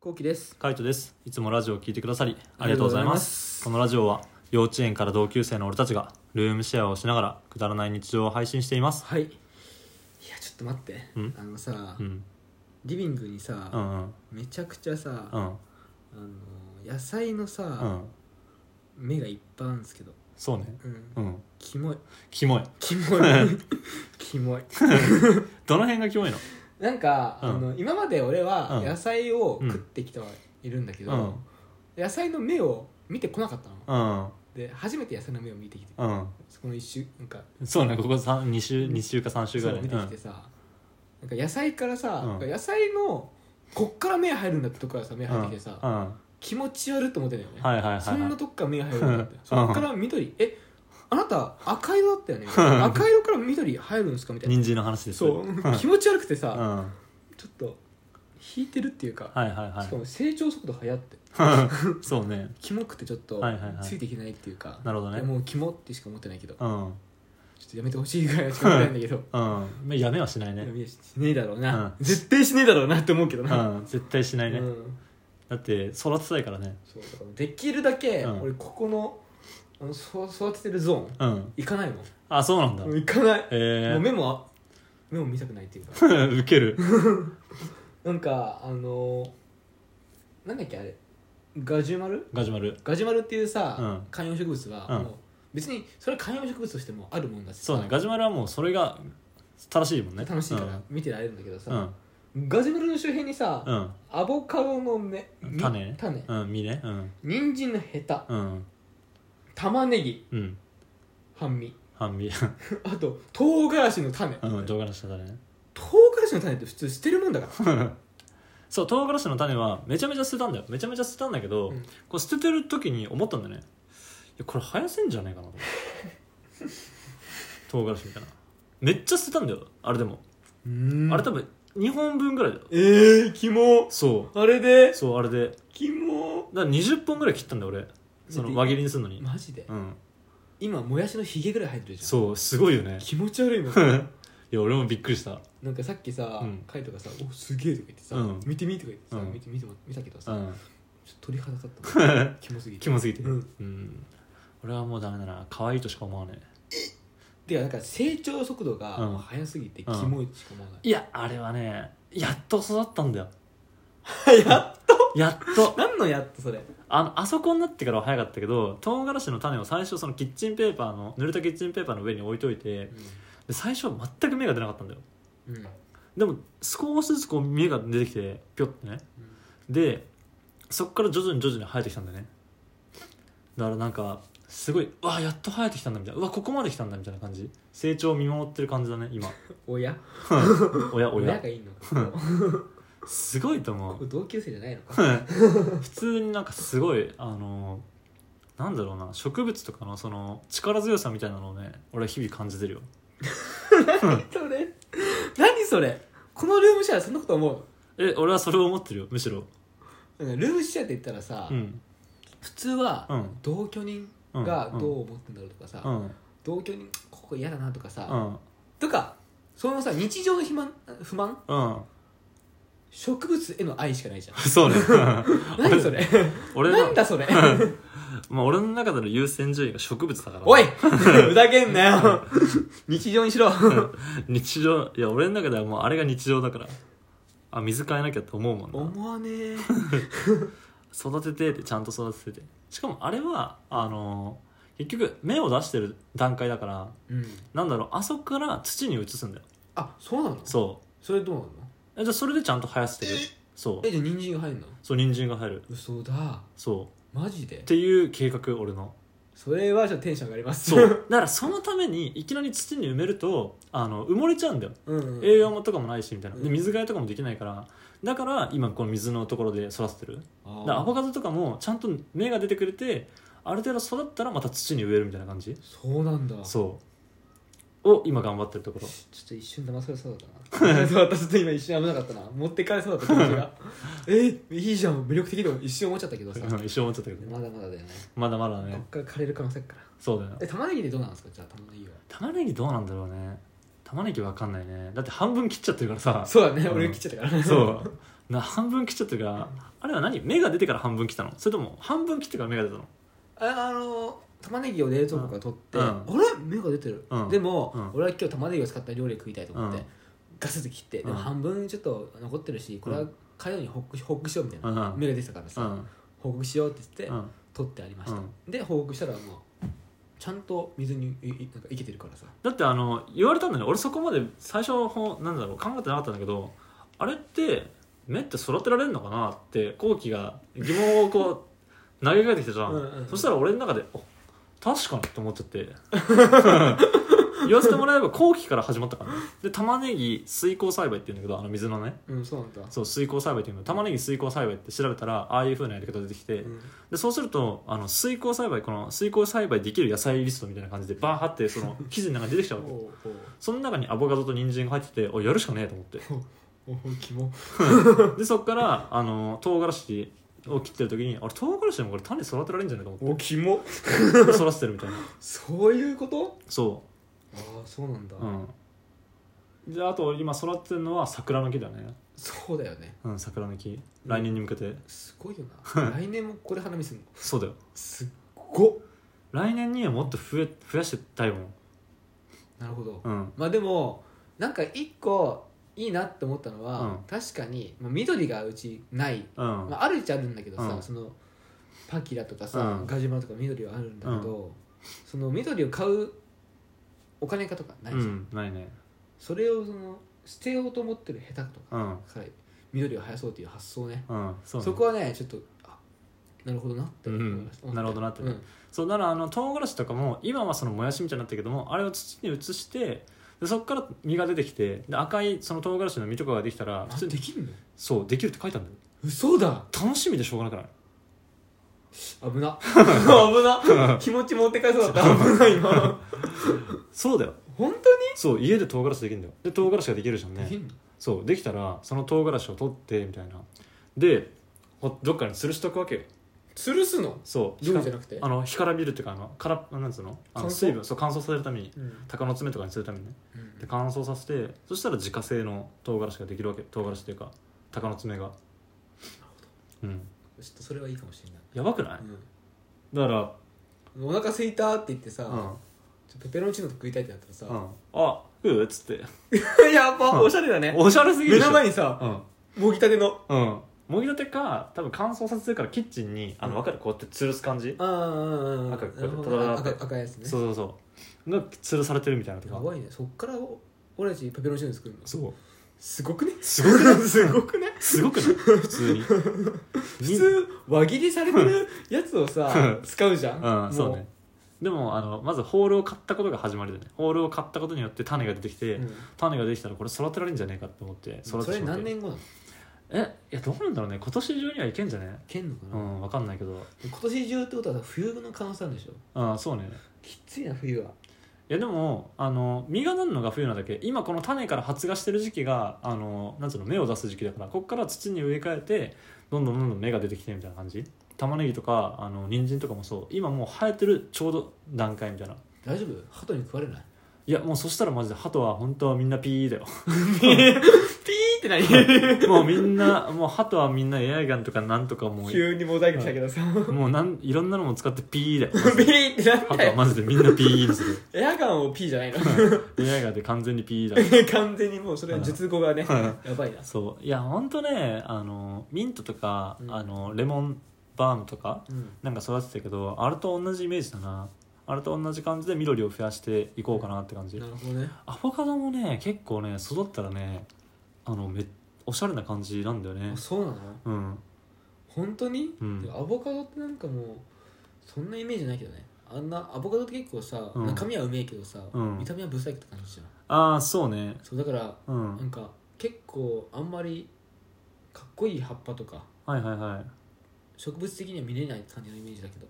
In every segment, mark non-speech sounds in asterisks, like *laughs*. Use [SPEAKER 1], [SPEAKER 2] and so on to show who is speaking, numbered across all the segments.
[SPEAKER 1] こうきです。
[SPEAKER 2] カイトですいつもラジオを聞いてくださりありがとうございます
[SPEAKER 1] あ
[SPEAKER 2] このラジオは幼稚園から同級生の俺たちがルームシェアをしながらくだらない日常を配信しています
[SPEAKER 1] はい。いや、ちょっと待って。
[SPEAKER 2] うん
[SPEAKER 1] あのさ、
[SPEAKER 2] うん
[SPEAKER 1] リビングに
[SPEAKER 2] う
[SPEAKER 1] さ、
[SPEAKER 2] んうん
[SPEAKER 1] めちゃくちゃさ、
[SPEAKER 2] う
[SPEAKER 1] あ
[SPEAKER 2] ん
[SPEAKER 1] の野菜の
[SPEAKER 2] う
[SPEAKER 1] さ、
[SPEAKER 2] ん
[SPEAKER 1] 芽がいっぱいあるんですけど、
[SPEAKER 2] そうね
[SPEAKER 1] うん
[SPEAKER 2] う、ん
[SPEAKER 1] キ
[SPEAKER 2] *laughs*
[SPEAKER 1] モい。
[SPEAKER 2] キモい
[SPEAKER 1] キモい。 *laughs* キモい。
[SPEAKER 2] どの辺がキモいの
[SPEAKER 1] なんか、
[SPEAKER 2] うん
[SPEAKER 1] あの今まで俺は
[SPEAKER 2] うん
[SPEAKER 1] 野菜を食ってきてはいるんだけど、
[SPEAKER 2] う
[SPEAKER 1] 野菜の芽を見てこなかったの。
[SPEAKER 2] ん
[SPEAKER 1] で、初めて野菜の芽を見てきて、
[SPEAKER 2] うんうん
[SPEAKER 1] そこの一週、なんか、
[SPEAKER 2] そうねここ三二週二週か三週
[SPEAKER 1] そ
[SPEAKER 2] ぐら
[SPEAKER 1] う
[SPEAKER 2] い
[SPEAKER 1] 見てきてさ、なんか野菜からさ、
[SPEAKER 2] うん
[SPEAKER 1] 野菜のこっから目入るんだってとこからさ目
[SPEAKER 2] うん
[SPEAKER 1] 入ってきてさ、
[SPEAKER 2] うんは
[SPEAKER 1] 気持ち悪いと思ってたよね、
[SPEAKER 2] いはいはい
[SPEAKER 1] そんな
[SPEAKER 2] は
[SPEAKER 1] とこから目入るんだってそ
[SPEAKER 2] うん
[SPEAKER 1] っから緑えあなた赤色だったよね赤色から緑入るんですかみた
[SPEAKER 2] い
[SPEAKER 1] いな
[SPEAKER 2] 人参の話です
[SPEAKER 1] そううん気持ち悪くて
[SPEAKER 2] うん
[SPEAKER 1] さ、
[SPEAKER 2] はい
[SPEAKER 1] ちょっと引いてるっていうか、
[SPEAKER 2] はいは
[SPEAKER 1] しかも成長速度速って
[SPEAKER 2] い *laughs* そうね
[SPEAKER 1] キモくてちょっと
[SPEAKER 2] はいはいはい
[SPEAKER 1] ついていけないっていうか、
[SPEAKER 2] なるほど
[SPEAKER 1] いや
[SPEAKER 2] ね
[SPEAKER 1] もうキモってしか思ってないけどちょ
[SPEAKER 2] うん
[SPEAKER 1] っとやめてほしいぐらいはしか思ってないんだけど
[SPEAKER 2] うんやめはしないね
[SPEAKER 1] いやしねえだろうな、
[SPEAKER 2] う
[SPEAKER 1] 絶対しねえだろうなって思うけど
[SPEAKER 2] う
[SPEAKER 1] な、
[SPEAKER 2] ん絶対しな
[SPEAKER 1] う
[SPEAKER 2] いね
[SPEAKER 1] ん
[SPEAKER 2] だって育てたいからね
[SPEAKER 1] そうだからできるだけ
[SPEAKER 2] うん
[SPEAKER 1] 俺ここの,、あのそ育ててるゾーン
[SPEAKER 2] うん
[SPEAKER 1] 行かないも
[SPEAKER 2] あそうなんだ
[SPEAKER 1] んもう行かない、
[SPEAKER 2] え
[SPEAKER 1] もう
[SPEAKER 2] え
[SPEAKER 1] 目も目も見たくないっていうか
[SPEAKER 2] ウケる
[SPEAKER 1] なんかあのーなんだっけあれガジュマル
[SPEAKER 2] ガジュマル
[SPEAKER 1] ガジュマルっていうさ、
[SPEAKER 2] うん
[SPEAKER 1] 観葉植物は
[SPEAKER 2] うん
[SPEAKER 1] もう別にそれは観葉植物としてもあるもんだしさ
[SPEAKER 2] そうねガジュマルはもうそれが正しいもんね
[SPEAKER 1] 楽しいから見てられるんだけど
[SPEAKER 2] うんう
[SPEAKER 1] さ、
[SPEAKER 2] ん
[SPEAKER 1] ガジュマルの周辺にさ、
[SPEAKER 2] うん
[SPEAKER 1] アボカドの芽み
[SPEAKER 2] 種ね
[SPEAKER 1] 種
[SPEAKER 2] うん実ねうん
[SPEAKER 1] 人参のヘタ
[SPEAKER 2] うん
[SPEAKER 1] 玉ねぎ
[SPEAKER 2] うん
[SPEAKER 1] 半身
[SPEAKER 2] 半身
[SPEAKER 1] あと唐辛子の種、 *laughs*
[SPEAKER 2] うん唐辛子の種ね
[SPEAKER 1] 唐辛子の種って普通捨てるもんだから
[SPEAKER 2] そう唐辛子の種はめちゃめちゃ捨てたんだよめちゃめちゃ捨てたんだけど、
[SPEAKER 1] うん
[SPEAKER 2] こう捨ててる時に思ったんだよねいやこれ生やせんじゃないかなと思って唐辛子みたいなめっちゃ捨てたんだよあれでも、あれ多分2本分ぐらいだよ
[SPEAKER 1] えー、キモ
[SPEAKER 2] そ
[SPEAKER 1] あれで
[SPEAKER 2] うそうあれで
[SPEAKER 1] キモ
[SPEAKER 2] だから20本ぐらい切ったんだよ俺その輪切りにするのに
[SPEAKER 1] マジで
[SPEAKER 2] うん
[SPEAKER 1] 今もやしのひげぐらい入ってるじゃん
[SPEAKER 2] そうすごいよね *laughs*
[SPEAKER 1] 気持ち悪いもん
[SPEAKER 2] いや俺もびっくりした
[SPEAKER 1] なんかさっきさ、
[SPEAKER 2] うん
[SPEAKER 1] カイトがさ「おすげえ」とか言ってさ「
[SPEAKER 2] うん
[SPEAKER 1] 見てみ」とか言ってさ、
[SPEAKER 2] うん
[SPEAKER 1] 見て見ても見たけど
[SPEAKER 2] う
[SPEAKER 1] さ、
[SPEAKER 2] ん *laughs*
[SPEAKER 1] ちょっと鳥肌立ったもんキモすぎて
[SPEAKER 2] キモすぎて
[SPEAKER 1] うん
[SPEAKER 2] うん俺はもうダメだな可愛いとしか思わね
[SPEAKER 1] てかなんか成長速度が
[SPEAKER 2] うん
[SPEAKER 1] 速すぎてキ
[SPEAKER 2] うん
[SPEAKER 1] モいしか思わない
[SPEAKER 2] えいやあれはねやっと育ったんだよ
[SPEAKER 1] や
[SPEAKER 2] *laughs* やっと
[SPEAKER 1] *laughs* 何のやっとそれ
[SPEAKER 2] あのあそこになってからは早かったけど唐辛子の種を最初そのキッチンペーパーの濡れたキッチンペーパーの上に置いといてで最初は全く芽が出なかったんだよ
[SPEAKER 1] うん、うん
[SPEAKER 2] でも少しずつこう芽が出てきてピョってねでそこから徐々に徐々に生えてきたんだよねだからなんかすごいうわやっと生えてきたんだみたいなうわここまで来たんだみたいな感じ成長を見守ってる感じだね今
[SPEAKER 1] おや
[SPEAKER 2] おやお
[SPEAKER 1] 親
[SPEAKER 2] や
[SPEAKER 1] がいいのか
[SPEAKER 2] すごいと思
[SPEAKER 1] ここ
[SPEAKER 2] う *laughs*
[SPEAKER 1] 同級生じゃないのか
[SPEAKER 2] 普通になんかすごいあのなんだろうな植物とかのその力強さみたいなのをね俺は日々感じてるよ
[SPEAKER 1] それ何それこのルームシェアそんなこと思
[SPEAKER 2] え俺はそれを思ってるよむしろ
[SPEAKER 1] うなんかルームシェアって言ったらさ、
[SPEAKER 2] うん
[SPEAKER 1] 普通は
[SPEAKER 2] うん
[SPEAKER 1] 同居人
[SPEAKER 2] うん
[SPEAKER 1] がどう思ってんだろうとかさ、
[SPEAKER 2] うん
[SPEAKER 1] 同居人ここ嫌だなとかさ、
[SPEAKER 2] うん
[SPEAKER 1] とかそのさ日常の不満不満
[SPEAKER 2] うん
[SPEAKER 1] 植物への愛しかない
[SPEAKER 2] *laughs*
[SPEAKER 1] じゃん
[SPEAKER 2] そうね
[SPEAKER 1] 何それ
[SPEAKER 2] 俺の
[SPEAKER 1] なんだそれ
[SPEAKER 2] まあ、俺の中での優先順位が植物だからね、 *laughs*
[SPEAKER 1] おいふざけんなよ日常にしろ
[SPEAKER 2] 日常いや俺の中ではもうあれが日常だからあ水変えなきゃって思うもんな
[SPEAKER 1] 思わねえ
[SPEAKER 2] 育ててってちゃんと育てててしかもあれはあのー結局芽を出してる段階だから
[SPEAKER 1] うん
[SPEAKER 2] なんだろうあそこから土に移すんだよ
[SPEAKER 1] あそうなのそ
[SPEAKER 2] そ
[SPEAKER 1] れどうなの
[SPEAKER 2] うえじゃあそれでちゃんと生やしてるそう
[SPEAKER 1] えじゃあ人参が入るの
[SPEAKER 2] そう人参が入る
[SPEAKER 1] 嘘だ
[SPEAKER 2] そう
[SPEAKER 1] マジで
[SPEAKER 2] っていう計画俺の
[SPEAKER 1] それはちょっとテンション上がります *laughs*
[SPEAKER 2] そうだからそのためにいきなり土に埋めるとあの埋もれちゃうんだよ
[SPEAKER 1] うんうん
[SPEAKER 2] 栄養もとかもないしみたいなで
[SPEAKER 1] うん
[SPEAKER 2] 水替えとかもできないからだから今この水のところで育ててるだからア
[SPEAKER 1] あ
[SPEAKER 2] ボカドとかもちゃんと芽が出てくれてある程度育ったらまた土に植えるみたいな感じ
[SPEAKER 1] そうなんだ
[SPEAKER 2] そうを今頑張ってるところ
[SPEAKER 1] ちょっと一瞬騙されそうだったな *laughs* そう私ちょっと今一瞬危なかったな持ってかれそうだった気持 *laughs* ちがえいいじゃん魅力的と一瞬思っちゃったけどさ
[SPEAKER 2] *laughs* 一生思っちゃったけど
[SPEAKER 1] まだまだだよね
[SPEAKER 2] まだまだ
[SPEAKER 1] こ
[SPEAKER 2] ね
[SPEAKER 1] っから枯れる可能性あるから
[SPEAKER 2] そうだよ
[SPEAKER 1] え玉ねぎってどうなんですかじゃあ玉ねぎは
[SPEAKER 2] 玉ねぎどうなんだろうね玉ねぎわかんないねだって半分切っちゃってるからさ
[SPEAKER 1] そうだね、
[SPEAKER 2] うん
[SPEAKER 1] 俺切っちゃったからね
[SPEAKER 2] そう *laughs* な半分切っちゃってるからあれは何芽が出てから半分切ったのそれとも半分切ってから芽が出たの
[SPEAKER 1] ああの玉ねぎを冷蔵庫から取って、
[SPEAKER 2] うん
[SPEAKER 1] あれ芽が出てる、
[SPEAKER 2] うん
[SPEAKER 1] でも、
[SPEAKER 2] うん
[SPEAKER 1] 俺は今日玉ねぎを使った料理食いたいと思って、
[SPEAKER 2] うん
[SPEAKER 1] ガスで切って、でも
[SPEAKER 2] うん
[SPEAKER 1] 半分ちょっと残ってるしこれは火曜に報告し報告しようみたいな、
[SPEAKER 2] うん
[SPEAKER 1] 芽が出てたから
[SPEAKER 2] う
[SPEAKER 1] さ、
[SPEAKER 2] ん
[SPEAKER 1] 報告しようって言って、
[SPEAKER 2] うん
[SPEAKER 1] 取ってありました、
[SPEAKER 2] う
[SPEAKER 1] で報告したらもうちゃんと水にいいなんかいけてるからさ
[SPEAKER 2] だってあの言われたんだね俺そこまで最初ほんなんだろう考えてなかったんだけどあれって芽って育てられるのかなって後期が疑問をこう *laughs* 投げかけてきたじゃん
[SPEAKER 1] うんうんうん
[SPEAKER 2] そしたら俺の中でお確かにって思っちゃって *laughs* 言わせてもらえば後期から始まったからねで玉ねぎ水耕栽培って言うんだけどあの水のね
[SPEAKER 1] うんそうなんだ
[SPEAKER 2] そう水耕栽培っていうの玉ねぎ水耕栽培って調べたらああいう風なやり方出てきて、
[SPEAKER 1] うん
[SPEAKER 2] でそうするとあの水耕栽培この水耕栽培できる野菜リストみたいな感じでバーってその記事の中に出てきちゃうわけ
[SPEAKER 1] おう
[SPEAKER 2] その中にアボカドと人参が入ってておやるしかねえと
[SPEAKER 1] *laughs*
[SPEAKER 2] 思って
[SPEAKER 1] おうおうキモ
[SPEAKER 2] でそっからあの唐辛子を切ってる時にあれ唐辛子でもこれ種育てられるんじゃないかと思
[SPEAKER 1] おキモ
[SPEAKER 2] ってで育ててるみたいな
[SPEAKER 1] そういうこと
[SPEAKER 2] そ
[SPEAKER 1] ああそうなんだ、
[SPEAKER 2] ううんであと今育ててるのは桜の木だね
[SPEAKER 1] そうだよね
[SPEAKER 2] うん桜の木来年に向けて
[SPEAKER 1] すごいよな来年もここで花見すんの
[SPEAKER 2] そうだよ
[SPEAKER 1] すっごっ
[SPEAKER 2] 来年にはもっと増え増やしてたよ
[SPEAKER 1] なるほど、
[SPEAKER 2] うん
[SPEAKER 1] まあでもなんか一個いいなって思ったのは、
[SPEAKER 2] うん
[SPEAKER 1] 確かに、まあ、緑がうちない、
[SPEAKER 2] うん、
[SPEAKER 1] まあ、あるっちゃあるんだけどさ、
[SPEAKER 2] うん
[SPEAKER 1] そのパキラとかさ、
[SPEAKER 2] うん
[SPEAKER 1] ガジュマルとか緑はあるんだけど、その緑を買うお金かとかないじ
[SPEAKER 2] う
[SPEAKER 1] ゃん、
[SPEAKER 2] んないね
[SPEAKER 1] それをその捨てようと思ってる下手とか
[SPEAKER 2] うん
[SPEAKER 1] から緑を生やそうっていう発想ね
[SPEAKER 2] うんそ
[SPEAKER 1] そう
[SPEAKER 2] ね
[SPEAKER 1] こはねちょっとあなるほどなって思いました、
[SPEAKER 2] うんなるほどなって
[SPEAKER 1] うん
[SPEAKER 2] そうならあの唐辛子とかも今はそのもやしみたいになったけどもあれを土に移してでそこから実が出てきてで赤いその唐辛子の実とかができたら普
[SPEAKER 1] あ
[SPEAKER 2] 通に
[SPEAKER 1] できんの
[SPEAKER 2] そうできるって書いてあるんだよ
[SPEAKER 1] 嘘だ
[SPEAKER 2] 楽しみでしょうがなくない
[SPEAKER 1] 危
[SPEAKER 2] *laughs*
[SPEAKER 1] な危な気持ち持って帰そうだった危ない
[SPEAKER 2] *laughs*
[SPEAKER 1] 今
[SPEAKER 2] そうだよ
[SPEAKER 1] 本当に、
[SPEAKER 2] そう家で唐辛子できるんだよで唐辛子ができるじゃん
[SPEAKER 1] でき
[SPEAKER 2] ね
[SPEAKER 1] んの
[SPEAKER 2] そうできたらその唐辛子を取ってみたいなでほどっかに吊るしとくわけよ
[SPEAKER 1] 吊るすの
[SPEAKER 2] そう
[SPEAKER 1] 量じゃなくて
[SPEAKER 2] あの干からびるっていうかあのからなんつうのあ
[SPEAKER 1] 乾
[SPEAKER 2] の
[SPEAKER 1] 燥
[SPEAKER 2] 水分そう乾燥させるために
[SPEAKER 1] うん、
[SPEAKER 2] 鷹の爪とかにするためにねで乾燥させてそしたら自家製の唐辛子ができるわけ唐辛子というか鷹の爪がうん
[SPEAKER 1] ちょっとそれはいいかもしれない、
[SPEAKER 2] やばくないだから
[SPEAKER 1] うん、お腹空いたって言ってさ、
[SPEAKER 2] うん
[SPEAKER 1] ちょっとペペロンチーノ食いたいってなったら
[SPEAKER 2] う
[SPEAKER 1] さ、
[SPEAKER 2] んあうーっつって
[SPEAKER 1] *laughs* やっぱ
[SPEAKER 2] うん
[SPEAKER 1] おしゃれだね
[SPEAKER 2] おしゃれすぎる
[SPEAKER 1] 目
[SPEAKER 2] でし
[SPEAKER 1] の
[SPEAKER 2] ょ
[SPEAKER 1] 前にさもぎたての
[SPEAKER 2] うんうんもぎたてか多分乾燥させてるからキッチンにあの
[SPEAKER 1] うん
[SPEAKER 2] 分かるこうやって吊るす感じ
[SPEAKER 1] ああ
[SPEAKER 2] 赤
[SPEAKER 1] 赤
[SPEAKER 2] くこうやってタラタラって
[SPEAKER 1] 赤赤いやつね
[SPEAKER 2] そうそうそうが吊るされてるみたいなと
[SPEAKER 1] や
[SPEAKER 2] か
[SPEAKER 1] ばいねそっからお俺たちペペロンチーノ作るの
[SPEAKER 2] そう
[SPEAKER 1] すごくね
[SPEAKER 2] *laughs* すごくない
[SPEAKER 1] すごくね
[SPEAKER 2] すごくない普通に普
[SPEAKER 1] 普通輪切りされてるやつをさ使うじゃん
[SPEAKER 2] うんそうね
[SPEAKER 1] も
[SPEAKER 2] でもあのまずホールを買ったことが始まりだよねホールを買ったことによって種が出てきて、
[SPEAKER 1] ううん
[SPEAKER 2] 種ができたらこれ育てられるんじゃねえかって思って育ててしまって
[SPEAKER 1] それ何年後なの
[SPEAKER 2] えいやどうなんだろうね今年中にはいけんじゃね
[SPEAKER 1] けんのか
[SPEAKER 2] う
[SPEAKER 1] な、
[SPEAKER 2] んわかんないけど
[SPEAKER 1] 今年中ってことはさ冬の可能性あるんでしょ
[SPEAKER 2] あそうね
[SPEAKER 1] きついな冬はい
[SPEAKER 2] やでもあの実がなるのが冬なだけ今この種から発芽してる時期があのなんつうの芽を出す時期だからこっから土に植え替えてどんどんどんどん芽が出てきてみたいな感じ玉ねぎとかあの人参とかもそう今もう生えてるちょうど段階みたいな
[SPEAKER 1] 大丈夫鳩に食われない
[SPEAKER 2] いやもうそしたらマジで鳩は本当はみんなピ
[SPEAKER 1] *laughs*
[SPEAKER 2] ーだよ
[SPEAKER 1] ピーって何
[SPEAKER 2] もうみんなもう鳩はみんなエアガンとかなんとかも
[SPEAKER 1] *laughs*
[SPEAKER 2] う
[SPEAKER 1] 急にモザイクしたけどさ
[SPEAKER 2] もうなんいろんなのも使ってピーだよ。
[SPEAKER 1] *laughs* ピーってなん
[SPEAKER 2] ハ
[SPEAKER 1] だ
[SPEAKER 2] トは
[SPEAKER 1] よ
[SPEAKER 2] マジでみんなピーに *laughs* する。
[SPEAKER 1] エアガンをピーじゃないの
[SPEAKER 2] AI がで完全にピー
[SPEAKER 1] *laughs*
[SPEAKER 2] だ。
[SPEAKER 1] 完全にもうそれは術語がねやばいな
[SPEAKER 2] そういやほんとねあのミントとか、
[SPEAKER 1] うん
[SPEAKER 2] あのレモンバームとか
[SPEAKER 1] うん
[SPEAKER 2] なんか育ててたけどあれと同じイメージだなあれと同じ感じで緑を増やしていこうかなって感じ
[SPEAKER 1] なるほどね
[SPEAKER 2] アボカドもね結構ね育ったらねあのめおしゃれな感じなんだよね
[SPEAKER 1] あそうなの
[SPEAKER 2] うん
[SPEAKER 1] 本当に、
[SPEAKER 2] うん
[SPEAKER 1] でもアボカドってなんかもうそんなイメージないけどねあんなアボカドって結構さ、
[SPEAKER 2] うん
[SPEAKER 1] 中身はうめえけどさ、
[SPEAKER 2] うん
[SPEAKER 1] 見た目はブサイクって感じじゃん
[SPEAKER 2] ああそうね
[SPEAKER 1] そうだから
[SPEAKER 2] うん
[SPEAKER 1] なんか結構あんまりかっこいい葉っぱとか
[SPEAKER 2] はいはいはい
[SPEAKER 1] 植物的には見れない感じのイメージだけど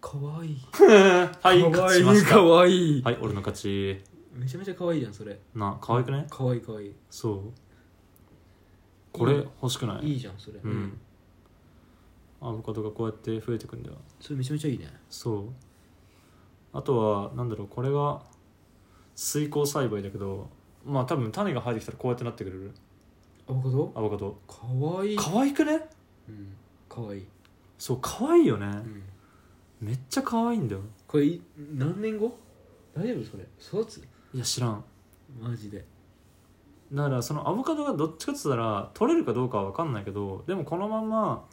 [SPEAKER 1] かわいい
[SPEAKER 2] はい勝ちました
[SPEAKER 1] か
[SPEAKER 2] は
[SPEAKER 1] わいい
[SPEAKER 2] い俺の勝ち
[SPEAKER 1] めちゃめちゃかわいいじゃんそれ
[SPEAKER 2] な可愛くね
[SPEAKER 1] かわいいかわいい
[SPEAKER 2] そうこれ欲しくない
[SPEAKER 1] いいじゃんそれ
[SPEAKER 2] うん、アボカドがこうやって増えてくんだよ
[SPEAKER 1] それめちゃめちゃいいね
[SPEAKER 2] そうあとはなんだろうこれが水耕栽培だけどまあ多分種が生えてきたらこうやってなってくれる
[SPEAKER 1] アボカド
[SPEAKER 2] アボカド
[SPEAKER 1] かわいい
[SPEAKER 2] 可愛くね
[SPEAKER 1] うんかわいい、
[SPEAKER 2] そう可愛いよね、
[SPEAKER 1] うん、
[SPEAKER 2] めっちゃ可愛いんだよ
[SPEAKER 1] これい何年後大丈夫それ育つ
[SPEAKER 2] いや知らん
[SPEAKER 1] マジで
[SPEAKER 2] だからそのアボカドがどっちかって言ったら取れるかどうかは分かんないけどでもこのまま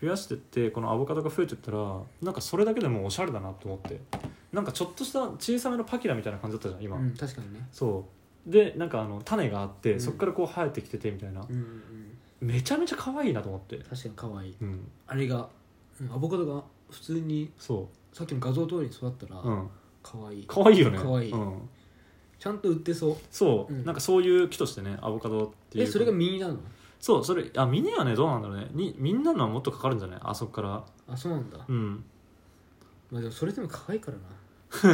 [SPEAKER 2] 増やしてってこのアボカドが増えてったらなんかそれだけでもうおしゃれだなと思ってなんかちょっとした小さめのパキラみたいな感じだったじゃん今、
[SPEAKER 1] うん確かにね
[SPEAKER 2] そうでなんかあの種があって、
[SPEAKER 1] うん
[SPEAKER 2] そこからこう生えてきててみたいな、
[SPEAKER 1] うんうん
[SPEAKER 2] めちゃめちゃ可愛いなと思って
[SPEAKER 1] 確かにかわいい
[SPEAKER 2] うん
[SPEAKER 1] あれが、うんアボカドが普通に
[SPEAKER 2] そ
[SPEAKER 1] さっきの画像通りに育ったら、
[SPEAKER 2] ううん
[SPEAKER 1] かわいい
[SPEAKER 2] 可愛いよね
[SPEAKER 1] 可愛い
[SPEAKER 2] うん、
[SPEAKER 1] ちゃんと売ってそう
[SPEAKER 2] そう、
[SPEAKER 1] うん
[SPEAKER 2] なんかそういう木としてねアボカドっていう
[SPEAKER 1] えそれが右なの
[SPEAKER 2] そうそれあミネはねどうなんだろうねにみんなのはもっとかかるんじゃないあそこから
[SPEAKER 1] あそうなんだ、
[SPEAKER 2] うん
[SPEAKER 1] まあでもそれでも可愛いからな *laughs*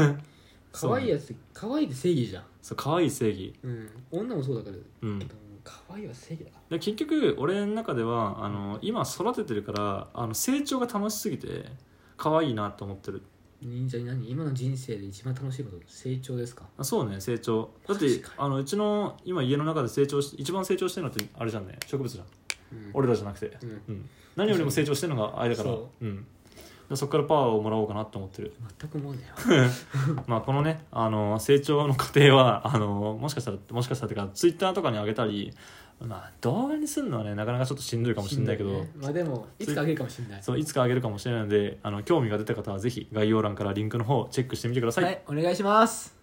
[SPEAKER 1] 可愛いやつ可愛いって正義じゃん、
[SPEAKER 2] そう可愛い正義
[SPEAKER 1] うん、女もそうだから、
[SPEAKER 2] うん
[SPEAKER 1] でも可愛いは正義だ
[SPEAKER 2] で結局俺の中ではあの今育ててるからあの成長が楽しすぎて可愛いなと思ってる
[SPEAKER 1] 忍者に何今の人生で一番楽しいこと成長ですか
[SPEAKER 2] あそうね成長だって
[SPEAKER 1] 確かに
[SPEAKER 2] あのうちの今家の中で成長し一番成長してるのってあれじゃんね植物じゃん
[SPEAKER 1] うん
[SPEAKER 2] 俺らじゃなくて、
[SPEAKER 1] うん
[SPEAKER 2] うん、何よりも成長してるのがあれだから
[SPEAKER 1] そ
[SPEAKER 2] うんでそこからパワーをもらおうかなと思ってる
[SPEAKER 1] 全く思 *laughs* うねよ
[SPEAKER 2] まあこのねあの成長の過程はあのもしかしたらもしかしたらっていうかツイッターとかに上げたりまあ動画にするのはねなかなかちょっとしんどいかもしれないけど
[SPEAKER 1] ねまあでもいつかあげるかもしれない
[SPEAKER 2] そういつか上げるかもしれないのであの興味が出た方はぜひ概要欄からリンクの方をチェックしてみてください、
[SPEAKER 1] はいお願いします